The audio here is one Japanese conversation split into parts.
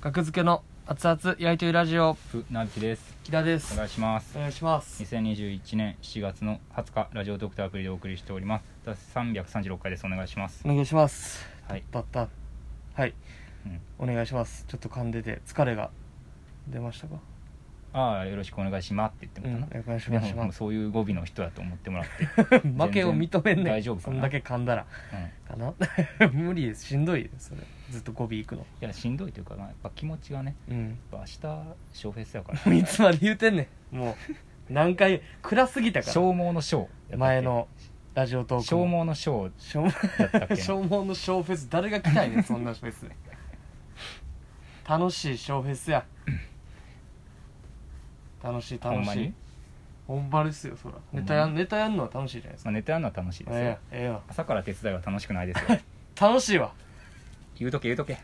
学付けの熱々焼いとりラジオふなびきです木田でおす願いしますお願いします2021年7月の20日ラジオドクターアプリでお送りしております第336回ですお願いしますお願いしますはいバッタはい、うんお願いしますちょっと噛んでて疲れが出ましたかああよろしくお願いしますって言ってもらっうんよろしくお願いしたな、でももまうすそういう語尾の人だと思ってもらって、 負けを認めん全然ねん大丈夫かそなんだけ噛んだらうん、いかな 無理ですしんどいですそれずっと語尾いくのやしんどいというか、まあ、やっぱ気持ちがねうんやっぱ明日小フェスやからもういつまで言うてんねんもう何回暗すぎたから消耗の小前のラジオトーク消も耗の小消耗だったっけな消耗の小フェス誰が来たいねんそんなフェスで楽しい小フェスや楽しいほ楽んましいに、本場ですよそらんまにネタやんネタやんのは楽しいじゃないですまかあ、寝てやるのは楽しいですよ、ええええわ朝から手伝いは楽しくないですよ楽しいわ言うとけ言うとけ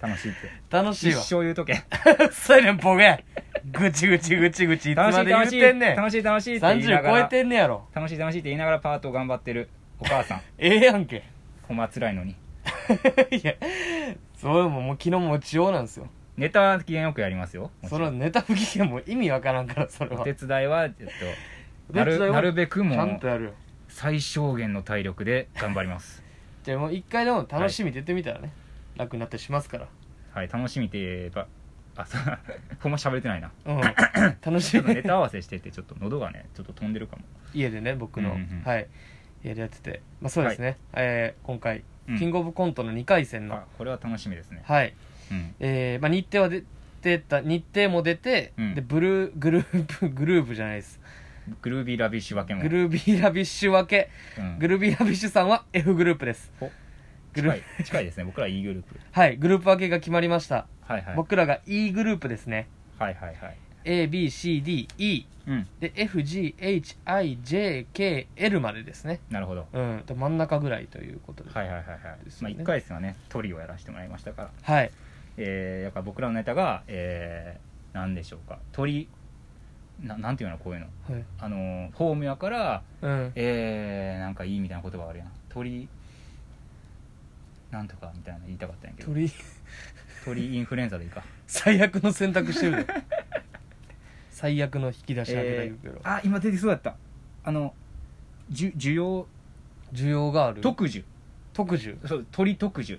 楽しいって楽しい一わ生言うとけうっさいねんボケぐちぐちぐちぐちいつま楽しでい言っ楽しいてんねん楽しい楽しいって言いな30が超えらてんねやろ楽しい楽しいって言いながらパートを頑張ってるお 母さんええやん けほんま辛いのにいやそうもうもう昨日もちようなんですよネタは機嫌よくやりますよもちそろんのネタ不機嫌も意味わからんからそれおは手伝いはえっとなお手伝いるはなるべくちゃもんうとやるよ最小限の体力で頑張ります じゃあもう一回でも楽しみ出てみたらね、楽になったりしますからはい楽しみって言えばあそう ほんま喋れてないな うん楽しちょっとみネタ合わせしててちょっと喉がねちょっと飛んでるかも、家でね僕の、うんうんうんはい家でやっててまあそうですね、えー今回、うんキングオブコントの2回戦の、あこれは楽しみですね、はい、うん、えーまあ、日程は出てた日程も出て、うんでブルーグループ グループじゃないですグルービーラビッシュ分けもグルービーラビッシュ分けうんグルービーラビッシュさんは F グループですおグルー近い近いですね僕ら E グループはいグループ分けが決まりました、はいはい僕らが E グループですねはいはいはい ABCDE うんで FGHIJKL までですねなるほどうんと真ん中ぐららいということでははいはいはいはい、ですまよあ、ね1回戦はねトリをやらせてもらいましたから、はいえー、やっぱ僕らのネタが、えー、なんでしょうか鳥ななんていうのこういうのはいあのーフォームやからうんえー、なんかいいみたいな言葉あるやん鳥なんとかみたいなの言いたかったんやけど鳥鳥インフルエンザでいいか、最悪の選択してるで 最悪の引き出し開けたえ言うけどー、あ今出てそうやったあのじゅ需要需要がある特需特需そう鳥特需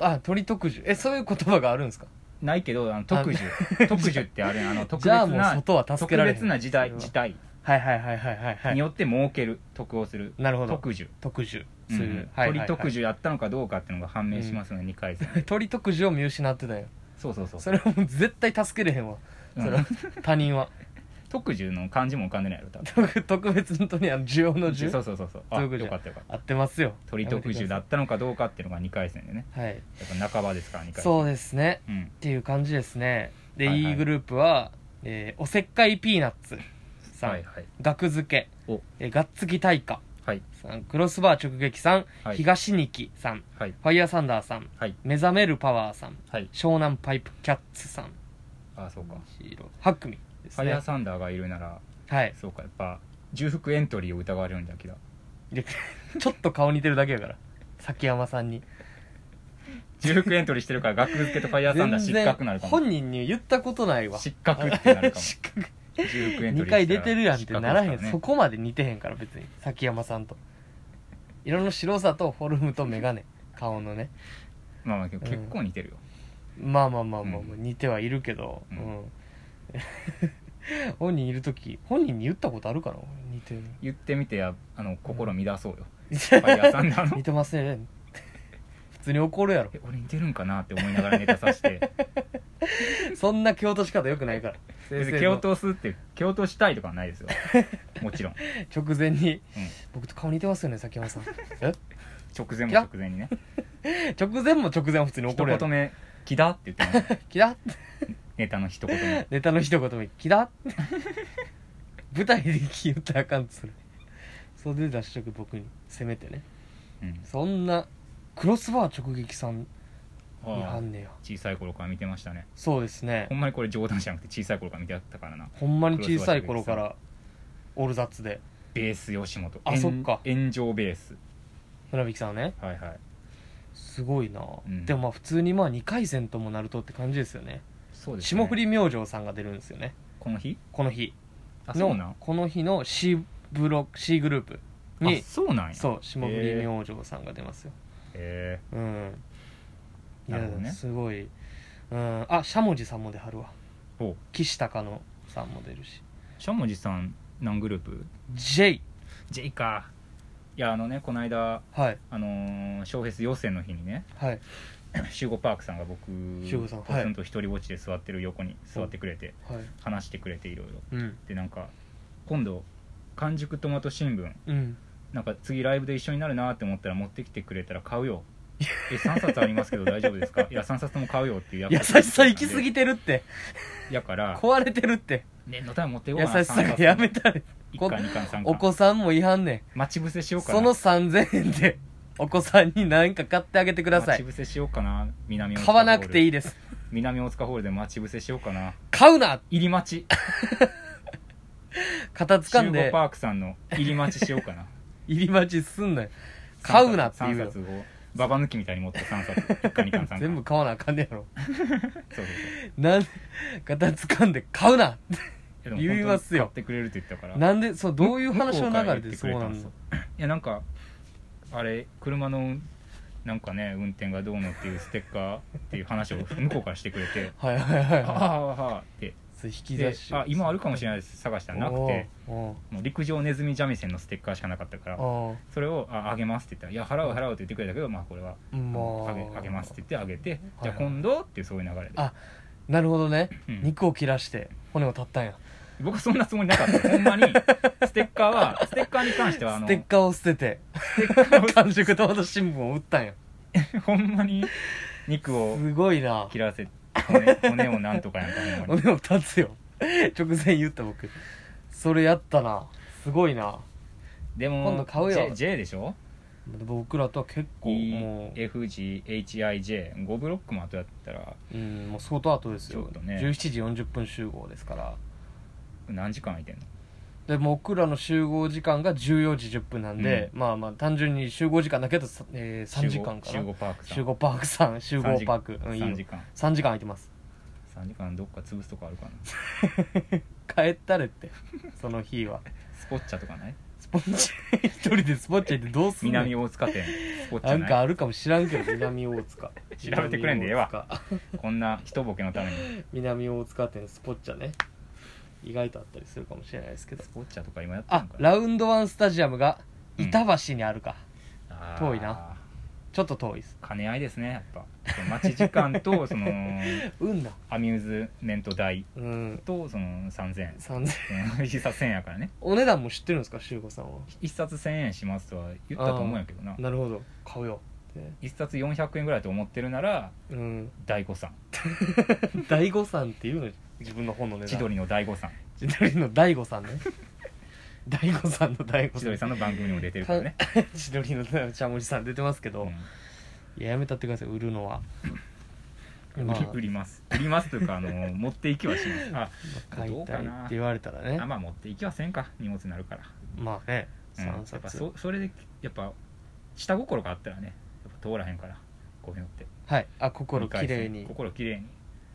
あ鳥特需えそういう言葉があるんですかないけどあの特需特需ってあれあの 特じゃあ別もうな外は助け特られへん別な時代それは時代はいはいはいはいはいはにいよって儲ける得をするなるほど特需特需うんそうういうんはいはい鳥はい特需やったのかどうかっていうのが判明しますので2回戦鳥特需を見失ってたよそうそうそうそれはもう絶対助けれへんわうそんれは他人は特需の漢字も浮かんでないやろ多分特特別の鳥あの需要のそう需そうそうそうあ特需よかったよかった合ってますよ鳥特需やだめてったのかどうかっていうのが2回戦でねくださいはいやっぱ半ばですから2回戦そううですねんっていう感じですねで、はいいはいい、グループは、えーおせっかいピーナッツさん、はいはい額付おけ、えーがっつき大化はいさんクロスバー直撃さん、はい東にきさんはいファイヤーサンダーさんはい目覚めるパワーさんはい湘南パイプキャッツさんあそうかハ組でフすァイヤーねサンダーがいるならはいそうかやっぱ重複エントリーを疑われるんだけどで ちょっと顔似てるだけやから崎山さんに重複エントリーしてるから学付けとファイヤーサンダー失格なるかも本人に言ったことないわ失格ってなるか も失格重複エントリー2回出てるやんってならへん、失格ですからねそこまで似てへんから別に崎山さんと色の白さとフォルムと眼鏡顔のねまあまあけどうん結構似てるよ、まあまあまあまあ、うん似てはいるけど、ううんん 本人いる時本人に言ったことあるかな似てる言ってみてやあの心乱そうよ、のファイヤーサンダーの似 てますね普通に怒るやろえ俺似てるんかなって思いながらネタさして そんな蹴落とし方よくないから別にの蹴落とすって蹴落としたいとかはない ですよもちろん直前に、僕と顔似てますよね崎山 さんえ直前も直前にね直前も直前は普通に一怒るやろ言目「キダ」って言ってました「キラッネタの一言目ネタの一言目「キラッ」 舞台で言ったらあかんっつる袖出しとく僕にせめてね うんそんなクロスバー直撃さんにあああんねや小さい頃から見てましたねそうですねほんまにこれ冗談じゃなくて小さい頃から見てあったからなほんまに小さい頃からオールザッツでベース吉本あ炎そっか炎上ベース船引さんはねはいはいすごいな、うんでもまあ普通にまあ2回戦ともなるとって感じですよねそうですね霜降り明星さんが出るんですよねこの日この日あそうなのんこの日の C ブロック C グループあにそうなんやそう霜降りへ明星さんが出ますよ、えうんいやなるほどねすごい、うん、あしゃもじさんも出はるわー、お岸高野さんも出るししゃもじさん何グループ J ?J かいやあのねこの間はいあのー、小フェス予選の日にねはいシューゴパークさんが僕シュウゴさんはいポツンと一人ぼっちで座ってる横に座ってくれてはい話してくれていろいろうんでなんか今度完熟トマト新聞うんなんか次ライブで一緒になるなって思ったら持ってきてくれたら買 うよえ3冊ありますけど大丈夫ですかいや3冊とも買う よっていう優しさ行き過ぎてるってやから壊れてるって念のため持っていこう優かなしさがやめたら1巻2巻3お巻子さんもいはんね待ち伏せしよんうかなその3000円でお子さんに何か買ってあげてくださ待ちい伏せしようかな南大塚買わなくていいいです南大塚ホールで待ち伏せしようか な買うな入り待ち肩つかんシューでゴパークさんの入り待ちしようかな入り待ちすんなよ 買うなっていう3よ冊をババ抜きみたいに持って3冊1巻2巻3巻 全部買わなあかんねやろそうそうそうなん肩つかんで買うなやでも言いますよ本当に買ってくれるって言ったからなんでそうどういう話の流れ向でこそうかなら言ってくれたんんですだよいやなんかあれ車のなんかね運転がどうのっていうステッカーっていう話を向こうからしてくれ てはいはいはあいあはああああっていそう引きで出しあ今あるかもしないれないです探したらなくてもう陸上ネズミ三味線のステッカーしかなかったからあそれをああげますって言ったら「いや払う払う」って言ってくれたけどまあこれはあまああげあげますって言ってあげてはじいゃあ今度っていうそういう流れであなるほどねうん肉を切らして骨を立ったんや僕はそんなつもりなかったほんまにステッカーはステッカーに関してはあスのテッカーを捨ててステッカーを完熟トマト新聞を売ったんや ほんまに肉をすごいな切らせ骨骨をなんとかやんかほんまに骨を立つよ直前言った僕それやったなすごいなでも今度買うよ J, J でしょ僕らとは結構もう、 EFGHIJ5 ブロックも後やったらうん、もう相当後ですよちょっとね17時40分集合ですから何時間空いてんので僕らの集合時間が14時10分なんで、まあまあ単純に集合時間だけど、さえー3時間か集な合パークさん集合パークさん集合3時パークうんいいよ3時間3時間空いてます3時間どっか潰すとこあるかな帰ったれ ってその日はスポッチャ とかないスポンチ一人でスポッチャ行ってどうすんの南大塚店スポッチなャんかないあるかも知らんけど南大塚 調べてくれんでええわ南大塚こんな人ボケのために南大塚店スポッチャね意外とあったりするかもしれないですけどスポッチャとか今やってあんのかなラウンドワンスタジアムがうん板橋にあるか、あー遠いなちょっと遠いです兼ね合いですねやっぱその待ち時間 とそのうんなアミューズメント代うんとその3000円3000うん必殺1000円やからねお値段も知ってるんですか修吾さんは一冊1000円しますとは言ったと思うんやけどななるほど買うよって一冊400円ぐらいと思ってるなら うん大誤算大悟さんっていうの自分の本の値段千鳥の大誤算千鳥の大悟さんね 大悟さんの大悟千さん鳥さんの番組にも出てるからね、千鳥のちゃもじさん出てますけど、うんいややめたってください売る のはま売り売ります売りますというかあの持っていきはしますあ買どいうたかいってな言われたらねああまあ持っていきはせんか荷物になるから、まあねうん、や3っぱ冊、そそれでやっぱ下心があったらねやっぱ通らへんからこういうのってはいあ心きれいに心きれいに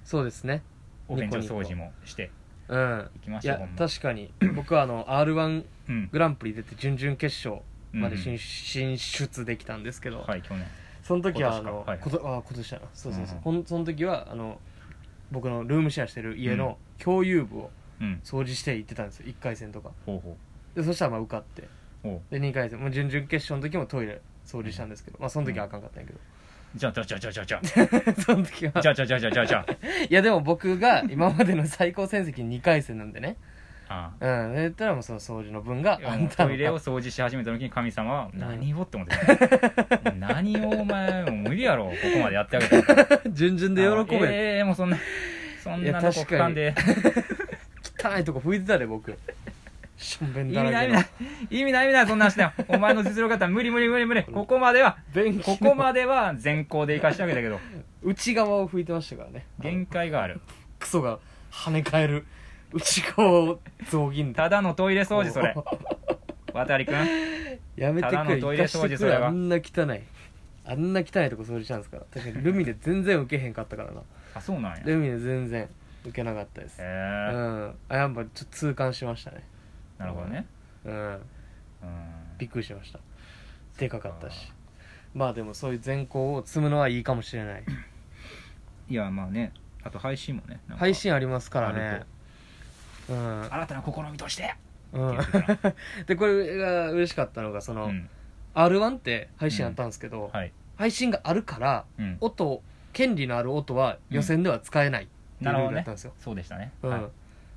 そうですねお便所ニコニコ掃除もしてうんいきまいしょうやほんま確かに僕はあの r 1うんグランプリ出て準々決勝までうんう進進ん出できたんですけど、はい去年その時はあの今年かはいことあ今年だなそうそうそう、うんこんその時はあの僕のルームシェアしてる家の共有部をうん掃除して行ってたんですよ1回戦とかほうほでそしたらまあ受かってうほうで2回戦もう準々決勝の時もトイレ掃除したんですけど、まあその時はあかんかったんやけど、じゃあじゃあじゃあじゃ あじゃあその時はじゃあじゃあじゃあじゃあじゃあじゃいやでも僕が今までの最高戦績2回戦なんでねあうんそったらもうその掃除の分 があいあやんもうたトのイレを勝掃除し始めた時に神様は何をって思ってた何をお前もう無理やろここまでやってあげたから手順々で喜べ る、ええもうそんなそんいやなとこ確かに俯瞰で汚いとこ拭いてたで 僕しょんべん意だ味ならいけ意味なのい 意味ない意味ないそんなんしてんお前の実力だったら無理無理無理無理ここまでは便器このこまでは全校で行かしてあげたけど内側を拭いてましたからねあの限界があるクソが跳ね返る内側を雑巾でただのトイレ掃除それ渡りくんやめてただくれのトイレ掃除行かしてくそれはあんな汚いあんな汚いとこ掃除したんですから確かにルミネ全然受けへんかったからなあそうなんやルミネ全然受けなかったですへえうんあやっぱちょっと痛感しましたねなるほどねうんうんびっくりしましたでかかったしまあでもそういう善行を積むのはいいかもしれないいやまあねあと配信もねなんか配信ありますからあねるうん新たな試みとしてうんって言ってたでこれが嬉しかったのがその、うん、 R1 って配信あったんですけど、はい、配信があるからうん、音権利のある音は予選では使えないっていなうルるほールどだっねたんですよ、そうでしたね、うんはい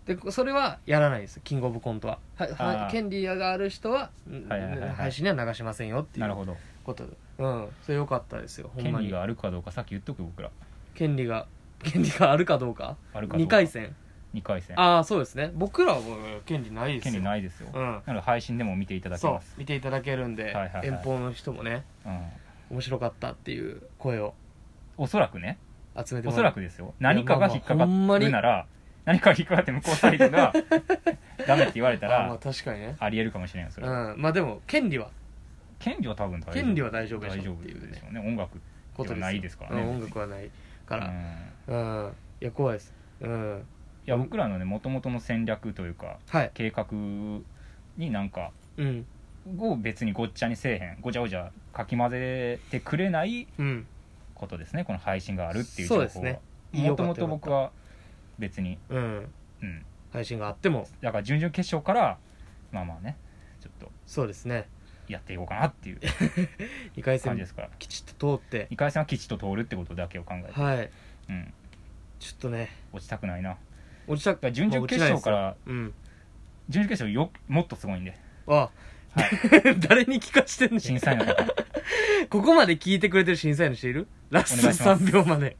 でそれはやらないですキングオブコントはははあー権利がある人は、うんはいはいはいはい配信には流しませんよっていなるうほどことでうんそれ良かったですよほん権ま利にがあるかどうかさっき言っとくよ僕ら権利が権利があるかどうかあるかどうか2回戦2回戦ああそうですね僕らはもう権利ないですよ権利ないですよ、うんなので配信でも見ていただけそうます見ていただけるんで、いはいはい遠方の人もねうん、面白かったっていう声をおそらくね集めておもそららうくですよ何かが引っかかまあまあほんまにるなら何かが引っかかって向こうサイ ドがダメって言われたあまあら確かにねありえるかもしれないよそれうは、んまあでも権利は権利は多分大丈夫権利は大丈夫でしょ大丈って夫でいうねしょうね音楽ことですよないですからねうん別に音楽はないかうらんうん、いや怖いですうんいや僕らのねもともとの戦略というかはい計画になんかうんを別にごっちゃにせえへんごちゃごちゃかき混ぜてくれないうんことですねこの配信があるっていうそう情です報ねはもともとよかった僕は別にうんうん配信があってもだから準々決勝からまあまあねちょっとそうですねやっていこうかなっていう2回感じ戦ですからきちっと通って2回戦はきちっと通るってことだけを考えて、はいうん、ちょっとね落ちたくないなだか落ちたら準々決勝からうん準々決勝よもっとすごいんであ、は 誰に聞かしてんねん審査員の方ここまで聞いてくれてる審査員の人いるラスお願いしトます3秒まで